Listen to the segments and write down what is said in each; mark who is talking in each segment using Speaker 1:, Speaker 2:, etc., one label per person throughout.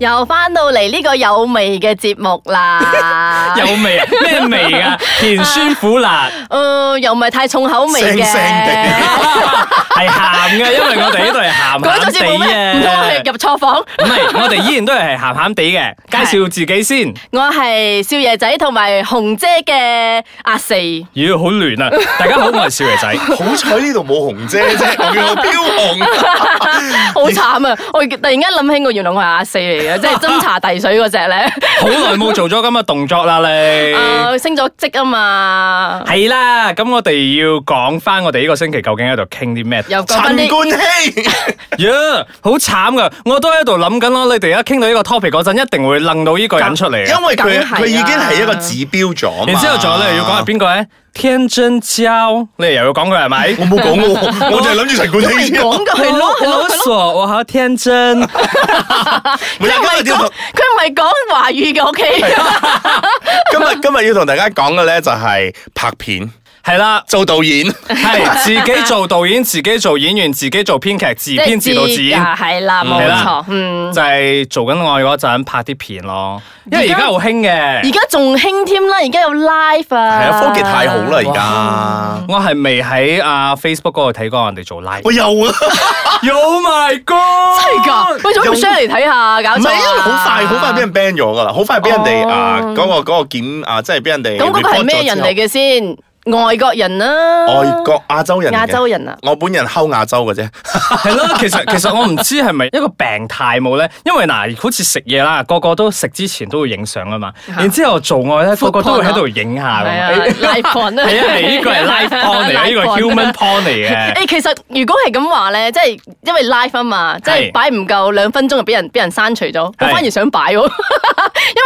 Speaker 1: 又翻到嚟呢個有味嘅節目啦，
Speaker 2: 有味啊？咩味啊？甜酸苦辣
Speaker 1: 呃又唔係太重口味嘅，
Speaker 3: 腥腥地
Speaker 2: 係鹹嘅，因為我哋呢度係鹹
Speaker 1: 嗰種節目
Speaker 2: 鹹地
Speaker 1: 咩？唔通我哋
Speaker 2: 啊。
Speaker 1: 入錯房？
Speaker 2: 唔 係，我哋依然都係鹹鹹地嘅。介紹自己先，
Speaker 1: 我係少爺仔同埋紅姐嘅阿四，
Speaker 2: 咦，好亂 啊！大家好，我係少爺仔。
Speaker 3: 好彩呢度冇紅姐 啫，我叫我標紅。
Speaker 1: 好慘啊！我突然間諗起我原來我係阿四嚟 嘅，即係斟茶遞水嗰隻咧，
Speaker 2: 好耐冇做咗咁嘅動作啦， 你。
Speaker 1: 啊升咗職啊嘛，
Speaker 2: 係啦，咁我哋要講翻我哋呢個星期究竟喺度傾啲咩？
Speaker 1: 又講翻
Speaker 3: 陳
Speaker 1: 啲。
Speaker 3: 冠希，
Speaker 2: 呀，好慘噶！我都喺度諗緊咯，你哋一傾到呢個 topic 嗰陣，一定會楞到呢個人出嚟啊嘅。
Speaker 3: 因為
Speaker 1: 梗係啊
Speaker 3: 佢
Speaker 1: 啦
Speaker 3: 佢已經係一個指標咗嘛
Speaker 2: 然之後仲有咧，要講係？邊個咧？天真嬌，你哋又要講佢係咪？
Speaker 3: 我冇講喎，我就係諗住陳冠希
Speaker 1: 未
Speaker 3: 先。
Speaker 1: 講噶，係咯，係咯，
Speaker 2: 我傻，我好天真。
Speaker 3: 唔係今日要同
Speaker 1: 佢唔係講華語嘅，OK？
Speaker 2: 啊
Speaker 3: 今日今日要同大家講嘅咧就係拍片
Speaker 2: 係啦，
Speaker 3: 做導演。
Speaker 1: 啊
Speaker 2: 係自己做導演，自己做演員，自己做編劇，自編自導自演，
Speaker 1: 啊係啦，冇
Speaker 2: 係啦
Speaker 1: 錯，嗯。
Speaker 2: 就係做緊愛嗰陣拍啲片咯。因為而家好興
Speaker 1: 而
Speaker 2: 嘅，
Speaker 1: 家仲興添啦，而家有 live 啊！
Speaker 3: 係啊，科技太好啦而家。
Speaker 2: 我係未喺啊 Facebook 嗰度睇過人哋做 live。
Speaker 3: 我 有啊，
Speaker 2: Oh my god！
Speaker 1: 真係㗎，喂，做咩唔 share 嚟睇下？搞
Speaker 3: 唔
Speaker 1: 錯
Speaker 3: 係
Speaker 1: 啊
Speaker 3: 因為好快好快俾人 ban 咗噶啦，好快俾人哋
Speaker 1: 哦
Speaker 3: 啊嗰個嗰個檢啊，即係俾人哋
Speaker 1: 咁嗰個係咩人嚟
Speaker 3: report 咗之
Speaker 1: 嘅先？外國人啦，
Speaker 3: 後？外國亞洲人嚟嘅，
Speaker 1: 亞洲人啊，
Speaker 3: 我本人睺亞洲嘅啫。
Speaker 2: 係咯， 其實其實我唔知係咪一個病態冇咧，因為嗱，好似食嘢啦，個個都食之前都會影相啊嘛，然之後做愛咧，個個都會喺度影下咁。
Speaker 1: 係 啊
Speaker 2: 哎
Speaker 1: ，live porn 啊，
Speaker 2: 係啊，你呢 個係 live porn 嚟嘅，呢個係 human porn 嚟嘅。
Speaker 1: 誒，其實如果係咁話咧，即係因為 live 啊嘛，即係擺唔夠兩分鐘就俾人俾人刪除咗，我
Speaker 2: 係
Speaker 1: 反而想擺喎，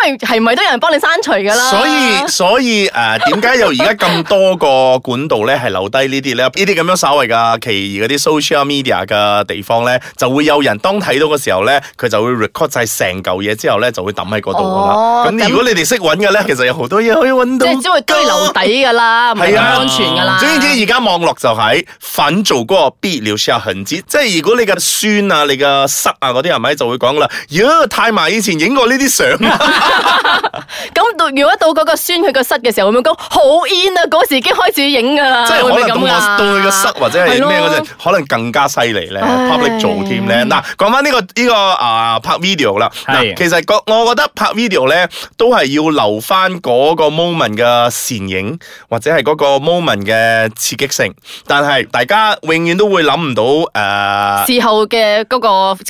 Speaker 1: 因為係咪都有人幫你刪除㗎啦？
Speaker 3: 所以所以誒，點解有而家咁多個管道咧係留低呢啲咧？呢啲咁樣所謂嘅其餘嗰啲 social media 嘅地方咧，就會有人當睇到嘅時候咧，佢就會 record 晒成嚿嘢之後咧，就會抌喺嗰度噶
Speaker 1: 哦
Speaker 3: 啦。咁
Speaker 1: 咁
Speaker 3: 如果你哋識揾嘅咧，其實有好多嘢可以揾
Speaker 1: 即
Speaker 3: 到。
Speaker 1: 係只會堆樓底㗎啦，唔係
Speaker 3: 係啊
Speaker 1: 安全㗎啦。
Speaker 3: 總之而家網絡就係反做嗰個必了下痕跡，即係如果你嘅孫啊、你嘅室啊嗰啲係咪就會講啦？呀，太嫲以前影過呢啲相啊，
Speaker 1: 咁到如果到嗰個酸佢個室嘅時候，會唔會講好 in 啊？嗰時已經開始影噶啦，
Speaker 3: 即係
Speaker 1: 會唔會
Speaker 3: 可能到
Speaker 1: 咁
Speaker 3: 我
Speaker 1: 啊
Speaker 3: 到你嘅室或者係咩嗰
Speaker 1: 係
Speaker 3: 陣
Speaker 1: 咯，
Speaker 3: 可能更加犀利咧
Speaker 1: 唉
Speaker 3: ，public 做添咧。嗱，講翻呢個呢個啊拍 video 啦，
Speaker 2: 係
Speaker 3: 嗱，其實個我覺得拍 video 咧都係要留翻嗰個 moment 嘅倩影或者係嗰個 moment 嘅刺激性，但係大家永遠都會諗唔到呃誒。
Speaker 1: 事後嘅嗰個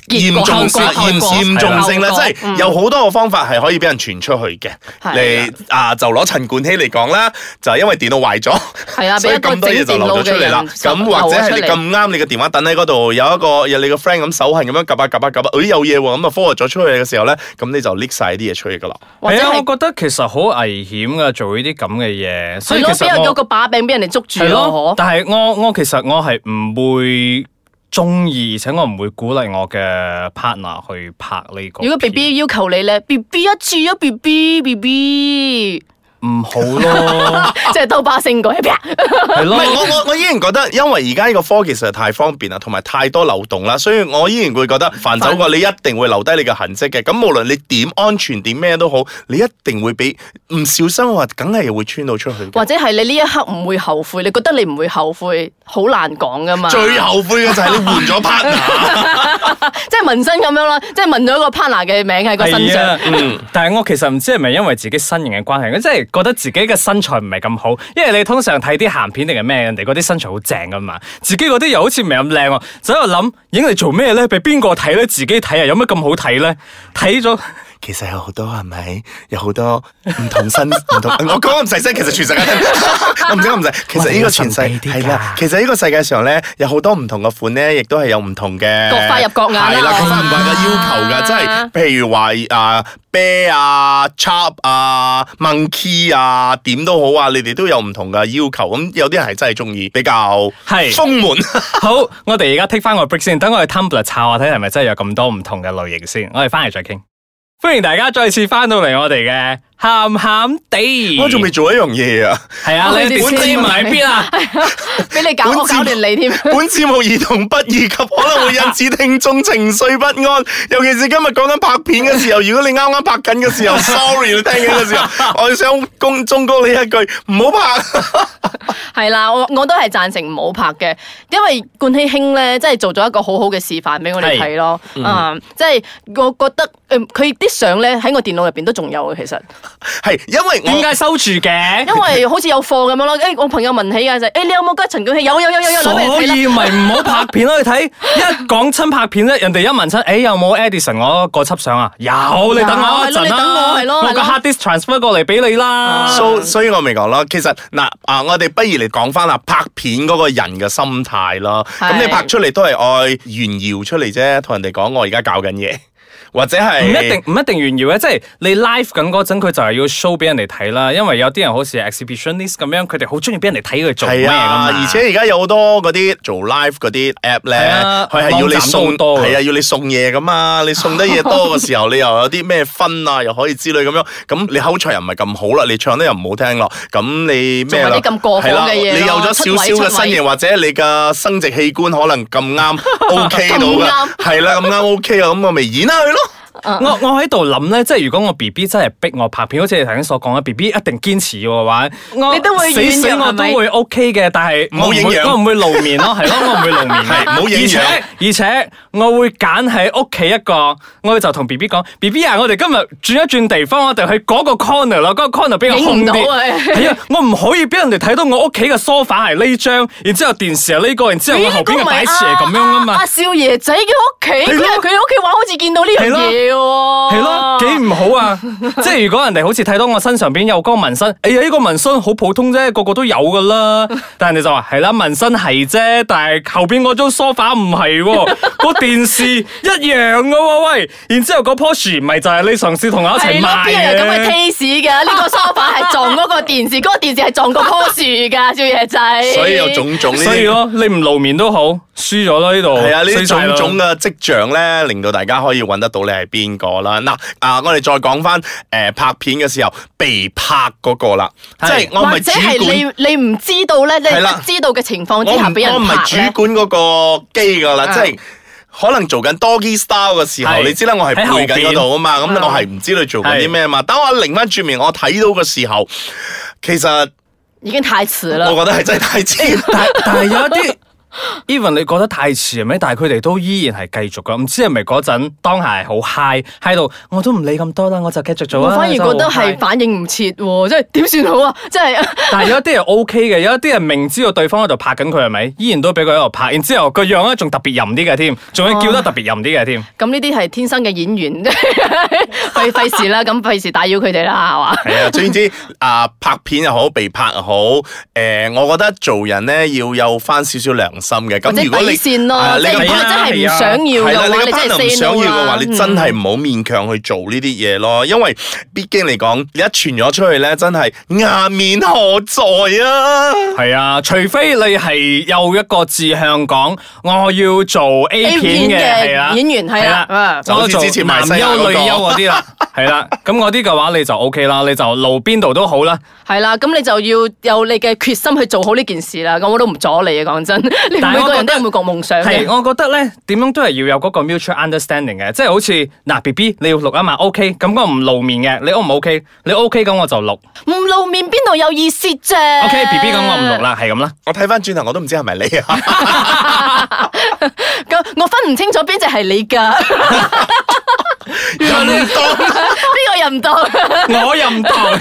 Speaker 1: 結
Speaker 3: 嚴
Speaker 1: 果
Speaker 3: 重
Speaker 1: 後
Speaker 3: 性、
Speaker 1: 果
Speaker 3: 嚴嚴重性咧，
Speaker 1: 後
Speaker 3: 即
Speaker 1: 果嗯
Speaker 3: 係有好多個方法係可以俾人傳出去嘅。
Speaker 1: 係
Speaker 3: 你啊，就攞陳冠希嚟講啦，就係因為電腦壞咗，
Speaker 1: 係啊，
Speaker 3: 所
Speaker 1: 俾一
Speaker 3: 以
Speaker 1: 個
Speaker 3: 咁多
Speaker 1: 整
Speaker 3: 嘢就
Speaker 1: 電
Speaker 3: 流
Speaker 1: 腦
Speaker 3: 咗出
Speaker 1: 嘅
Speaker 3: 嚟
Speaker 1: 人
Speaker 3: 啦。咁或者係
Speaker 1: 流咗
Speaker 3: 你
Speaker 1: 出嚟
Speaker 3: 咁啱，你嘅電話等喺嗰度，有一個有你個 friend 咁手痕咁樣夾下夾下夾下，誒有嘢喎，咁啊 forward 咗出去嘅時候咧，咁你就 leak 晒啲嘢出去噶啦。
Speaker 1: 或者
Speaker 2: 係啊，
Speaker 1: 係
Speaker 2: 我覺得其實好危險噶，做呢啲咁嘅嘢。所
Speaker 1: 係
Speaker 2: 以其
Speaker 1: 咯，俾人
Speaker 2: 實
Speaker 1: 有
Speaker 2: 我
Speaker 1: 個把柄俾人哋捉住啊哦
Speaker 2: 係咯
Speaker 1: 咯，，
Speaker 2: 但係我我其實我係唔會中意，而且我唔會鼓勵我嘅 partner 去拍呢個
Speaker 1: 如果
Speaker 2: 片。
Speaker 1: B B 要求你咧，B B 一次啊，B B B B，
Speaker 2: 唔好 咯，
Speaker 3: 啊
Speaker 1: 即係兜巴勝過，啪
Speaker 2: 係
Speaker 3: 唔
Speaker 2: 咯
Speaker 3: 係。我我我依然覺得，因為而家呢個科技實在太方便啦，啊同埋太多漏洞啦，所以我依然會覺得凡走過你一定會留低你嘅痕跡嘅。咁無論你點安全點咩都好，你一定會俾唔小心話，梗係會穿到出去嘅。
Speaker 1: 或者係你呢一刻唔會後悔，你覺得你唔會後悔，好難講噶嘛。
Speaker 3: 最後悔嘅就係你換咗 partner，
Speaker 1: 即係紋身咁樣啦，即係紋咗個 partner 嘅名喺個身
Speaker 2: 係
Speaker 1: 上。，
Speaker 2: 啊嗯，但係我其實唔知係咪因為自己身形嘅關係，我真係覺得自己嘅身材唔係咁好，因為你通常睇啲鹹片定係咩，人哋嗰啲身材好正噶嘛，自己嗰啲又好似唔係咁靚喎，就喺度諗影嚟做咩咧？俾邊個睇咧？自己睇啊，有乜咁好睇咧？睇咗
Speaker 3: 其實有好多係咪？有好多唔同身 唔同，我講得咁細聲，其實全世界聽唔到 我唔使我唔使。其實呢個全世
Speaker 2: 我哋要神秘啲㗎
Speaker 3: 係啦，其實呢個世界上咧有好多唔同嘅款咧，亦都係有唔同嘅
Speaker 1: 各花入各眼啦啊
Speaker 3: 係啦，
Speaker 1: 係嘛
Speaker 3: 各花入各眼嘅要求㗎，即係譬如話啊啤啊、chop 啊、monkey 啊，點都好啊，你哋都有唔同嘅要求。咁有啲人係真係中意比較
Speaker 2: 係
Speaker 3: 豐滿。
Speaker 2: 好，我哋而家 take 翻個 break 先，等我去 Tumblr 查下睇係咪真係有咁多唔同嘅類型先，我哋翻嚟再傾。歡迎大家再次翻到嚟我哋嘅鹹鹹地，
Speaker 3: 我仲未做一樣嘢啊！
Speaker 2: 係啊，
Speaker 1: 我哋
Speaker 2: 你本
Speaker 1: 先
Speaker 2: 地唔喺邊啊？
Speaker 1: 俾你搞
Speaker 3: 本
Speaker 1: 我搞
Speaker 3: 節
Speaker 1: 亂你添。
Speaker 3: 本節目兒童不宜及可能會引致聽眾情緒不安，尤其是今日講緊拍片嘅時候，如果你啱啱拍緊嘅 時候，sorry，你聽緊嘅時候，我想公忠告你一句，唔好拍。
Speaker 1: 係啦，我我都係贊成唔好拍嘅，因為冠希兄咧，真係做咗一個好好嘅示範俾我哋睇咯。啊，即係我覺得誒，佢啲相咧喺我電腦入邊都仲有嘅，其實，
Speaker 3: 係因為
Speaker 2: 點
Speaker 3: 我
Speaker 2: 解收住 嘅
Speaker 1: 因？為好似有貨咁樣咯。誒，我朋友問起嘅就係，誒，你有冇跟陳冠希？有有有有有，攞俾人
Speaker 2: 所
Speaker 1: 睇啦
Speaker 2: 以咪唔好拍片咯，你睇一講親拍片咧，人哋一問親，誒有冇 Edison 我個輯相啊？有，你等我一
Speaker 1: 有係咯
Speaker 2: 陣
Speaker 1: 你等
Speaker 2: 啦
Speaker 1: 我，係咯
Speaker 2: 我
Speaker 1: 係
Speaker 2: 個
Speaker 1: 咯
Speaker 2: hard disk transfer 過嚟俾你啦。
Speaker 3: 所所以我咪講咯，其實嗱啊，我哋不如嚟講翻啊拍片嗰個人嘅心態咯。咁
Speaker 1: 係
Speaker 3: 你拍出嚟都係愛炫耀出嚟啫，同人哋講我而家搞緊嘢，或者係
Speaker 2: 唔一定唔一定炫耀嘅，即係你 live 緊嗰陣，佢就係要 show 俾人哋睇啦。因為有啲人好似 exhibitionist 咁樣，佢哋好中意俾人哋睇佢做咩
Speaker 3: 係
Speaker 2: 噶嘛
Speaker 3: 啊，。而且而家有好多嗰啲做 live 嗰啲 app
Speaker 2: 係
Speaker 3: 咧
Speaker 2: 啊，
Speaker 3: 佢係要你
Speaker 2: 網站
Speaker 3: 送，
Speaker 2: 都好多㗎
Speaker 3: 係啊，要你送嘢噶嘛。你送得嘢多嘅時候，你又有啲咩分啊，又可以之類咁樣。咁你口才又唔係咁好啦，你唱得又唔好聽咯。咁你咩
Speaker 1: 做
Speaker 3: 啦？
Speaker 1: 埋啲咁過火
Speaker 3: 係啦
Speaker 1: 嘅嘢咯
Speaker 3: 你有咗
Speaker 1: 出
Speaker 3: 少
Speaker 1: 位
Speaker 3: 少嘅
Speaker 1: 出位
Speaker 3: 身形，或者你嘅生殖器官可能咁啱 OK 到
Speaker 1: 咁
Speaker 3: 嘅
Speaker 1: 啱，
Speaker 3: 係啦，咁啱 OK 啊，咁我咪演下佢咯。
Speaker 1: 啊
Speaker 2: 我我喺度諗咧，即係如果我 B B 真係逼我拍片，好似你頭先所講嘅 B B 一定堅持要嘅話，我
Speaker 1: 你都會
Speaker 2: 死死
Speaker 1: 軟弱係
Speaker 2: 我
Speaker 1: 咪
Speaker 2: 都會 O K 嘅，但係
Speaker 3: 唔好
Speaker 2: 我唔會
Speaker 3: 影響
Speaker 2: 我唔會露面咯，係咯，我唔會露面嘅，
Speaker 3: 係唔好影響
Speaker 2: 而且而且我會揀喺屋企一個，我就同 B B 講，B B 啊，我哋今日轉一轉地方，我哋去嗰個 corner 咯，嗰個 corner 比較空
Speaker 1: 影唔到
Speaker 2: 啲。
Speaker 1: 啊
Speaker 2: 係啊，我唔可以俾人哋睇到我屋企嘅 sofa 係呢張，然之後電視係呢個，然之後我後邊嘅擺設係咁樣噶嘛
Speaker 1: 阿。少爺仔嘅屋企，佢
Speaker 2: 係咯
Speaker 1: 喺佢屋企玩，好似見到呢樣嘢喎。
Speaker 2: 系咯，幾唔好 啊！即係如果人哋好似睇到我身上邊有嗰個紋身，哎呀呢、個紋身好普通啫，個個都有 噶啦。但係人哋就話係啦，紋身係啫，但係後邊嗰張 sofa 唔 係喎，個電視一樣噶喎喂。然之後嗰棵樹唔係就係你嘗試同我一齊
Speaker 1: 係咯，
Speaker 2: 賣
Speaker 1: 邊有人有咁嘅
Speaker 2: 嘅。
Speaker 1: taste 㗎？呢個 sofa 係撞嗰個電視，嗰個電視係撞嗰棵樹㗎，少爺仔。
Speaker 3: 所以有種種呢
Speaker 2: 所以
Speaker 3: 啲。
Speaker 2: 咯，你唔露面都好，輸咗啦呢度。
Speaker 3: 係啊，呢
Speaker 2: 衰
Speaker 3: 啲
Speaker 2: 晒啦
Speaker 3: 種種嘅跡象咧，令到大家可以揾得到你係邊個啦。嗱，啊，我哋再講翻誒拍片嘅時候被拍嗰個啦，即
Speaker 2: 係
Speaker 3: 係我唔
Speaker 1: 或
Speaker 3: 係
Speaker 1: 者
Speaker 3: 主管，
Speaker 1: 係你你唔知道咧，你
Speaker 3: 係啦
Speaker 1: 不知道嘅情況
Speaker 3: 我
Speaker 1: 之
Speaker 3: 唔
Speaker 1: 下俾
Speaker 3: 我
Speaker 1: 人
Speaker 3: 唔
Speaker 1: 拍
Speaker 3: 係主
Speaker 1: 咧。
Speaker 3: 管嗰個機噶啦，
Speaker 1: 嗯
Speaker 3: 即係。可能做緊 doggy style 嘅時候，
Speaker 2: 係
Speaker 3: 你知啦，我係
Speaker 2: 喺後
Speaker 3: 背緊嗰度啊嘛，咁
Speaker 1: 邊
Speaker 3: 我係唔知你做緊啲咩嘛。等我擰翻轉面，我睇到嘅時候，其實
Speaker 1: 已經太遲啦。
Speaker 3: 我覺得係真係太黐。
Speaker 2: 但但係有一啲 even 你覺得太遲係咪？但係佢哋都依然係繼續噶，唔知係咪嗰陣當下係好 high 喺度，我都唔理咁多啦，我就繼續做
Speaker 1: 我
Speaker 2: 啦。
Speaker 1: 反而覺得
Speaker 2: 就好
Speaker 1: 係
Speaker 2: high
Speaker 1: 反應唔切喎，即係點算好啊？ 即係
Speaker 2: 但係有一啲係 OK 嘅，有一啲係明知道對方喺度拍緊佢係咪，依然都俾佢喺度拍，然之後個樣咧仲特別淫啲嘅添，仲要叫得特別淫啲嘅添。
Speaker 1: 咁呢啲係天生嘅演員， 費費事啦，咁費事打擾佢哋啦，係嘛？
Speaker 3: 係啊，總言之啊，拍片又好，被拍又好，诶、我覺得做人咧要有翻少少良心嘅。
Speaker 1: 或者
Speaker 3: 咁如果
Speaker 1: 底
Speaker 3: 你
Speaker 1: 線
Speaker 3: 係啊
Speaker 1: 咯，
Speaker 3: 你
Speaker 1: 即係
Speaker 3: 嘅
Speaker 1: 如果
Speaker 3: partner-
Speaker 1: 真係唔想要嘅話，你
Speaker 3: 係啦，你嘅 partner
Speaker 1: 真係
Speaker 3: 唔
Speaker 1: say
Speaker 3: 想
Speaker 1: no
Speaker 3: 要嘅話，
Speaker 1: 啦。嗯
Speaker 3: 你真係唔好勉強去做呢啲嘢咯，因為畢竟嚟講，你一傳咗出去咧，真係顏面何在啊！
Speaker 2: 係啊，除非你係有一個志向講我要做 A 片嘅，係啊啦
Speaker 1: 演員係啦嗯
Speaker 2: 就好似之前男優女優嗰啲 啦，係啦，咁嗰啲嘅話你就 O K 啦，你就路邊度都好啦。
Speaker 1: 係啦，咁你就要有你嘅決心去做好呢件事啦。咁我都唔阻你啊，講真， 你
Speaker 2: 但係
Speaker 1: 每
Speaker 2: 我
Speaker 1: 個人
Speaker 2: 覺
Speaker 1: 都
Speaker 2: 得
Speaker 1: 有每個夢想
Speaker 2: 係，
Speaker 1: 嘅。
Speaker 2: 我覺得咧點樣都係要有嗰個 mutual understanding 嘅，即係好似嗱 B B 你要錄啊嘛，OK，咁我唔露面嘅，你 O 唔 OK？你 OK 咁我就錄
Speaker 1: 唔露面邊度有意思啫
Speaker 2: ，OK，B B 咁我唔錄。啦，係咁啦。
Speaker 3: 我睇翻轉頭，我都唔知係咪你啊！
Speaker 1: 咁我分唔清楚邊只係你㗎，
Speaker 3: 咁多
Speaker 1: 邊個入唔到？
Speaker 2: 我又唔同。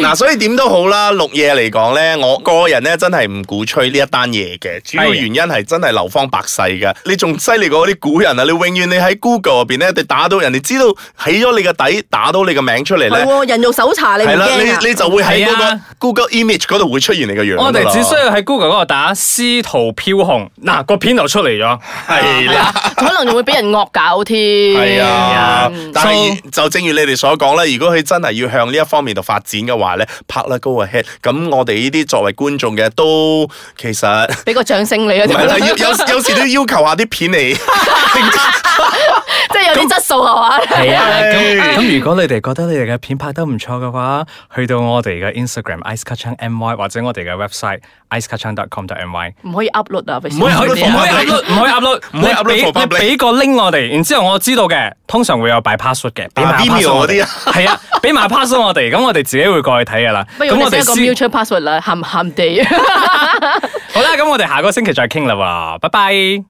Speaker 3: 嗱，所以點都好啦，綠夜嚟講咧，我個人咧真係唔鼓吹呢一單嘢嘅，主要
Speaker 2: 係
Speaker 3: 原因係真係流芳百世嘅。你仲犀利過嗰啲古人啊！你永遠你喺 Google 入邊咧，你打到人哋知道起咗你個底，打到你個名出嚟
Speaker 1: 係
Speaker 3: 咧，
Speaker 1: 喎，人肉搜查你唔
Speaker 3: 係啦，
Speaker 1: 驚啊
Speaker 3: 你？你就會喺嗰
Speaker 2: 係
Speaker 3: 個
Speaker 2: 啊
Speaker 3: Google Image 嗰度會出現你個樣㗎啦。
Speaker 2: 我哋只需要喺 Google 嗰度打司徒飄紅，嗱個片就出嚟咗。
Speaker 3: 係啦。
Speaker 1: 可能仲會俾人惡搞添。
Speaker 3: 系啊
Speaker 1: 嗯，
Speaker 3: 但係就正如你哋所講咧，如果佢真係要向呢一方面度發展嘅話咧，拍啦 Go Ahead，咁我哋呢啲作為觀眾嘅都其實。
Speaker 1: 俾個掌聲你啊！
Speaker 3: 唔係啦，
Speaker 1: 即
Speaker 3: 有有有時都要求下啲片嚟，
Speaker 1: 係有啲質素係嘛？
Speaker 2: 係啊，
Speaker 3: 係
Speaker 2: 咁咁如果你哋覺得你哋嘅片拍得唔錯嘅話，去到我哋嘅 Instagram i c e c a t c h a n g my 或者我哋嘅 website i c e c a t c h a n g c o m my。
Speaker 1: 唔可以 upload 啊！唔
Speaker 3: 唔可以
Speaker 2: 唔可以 upload，唔可以
Speaker 3: upload for public
Speaker 2: upload，
Speaker 3: 唔可以 upload
Speaker 2: 你俾
Speaker 3: for public
Speaker 2: 你俾個 link 我哋，然之後我知道嘅，通常會有擺 password 嘅，俾埋
Speaker 3: 啊
Speaker 2: password
Speaker 3: Vimeo
Speaker 2: 我哋
Speaker 3: 嗰啲啊，
Speaker 2: 係啊，俾埋 password 我哋，咁我哋自己會過去睇噶啦。
Speaker 1: 不如
Speaker 2: 咁
Speaker 1: 我哋 set 一個
Speaker 2: 先
Speaker 1: mutual password 啦，鹹鹹地。
Speaker 2: 好啦，咁我哋下個星期再傾啦喎，拜拜。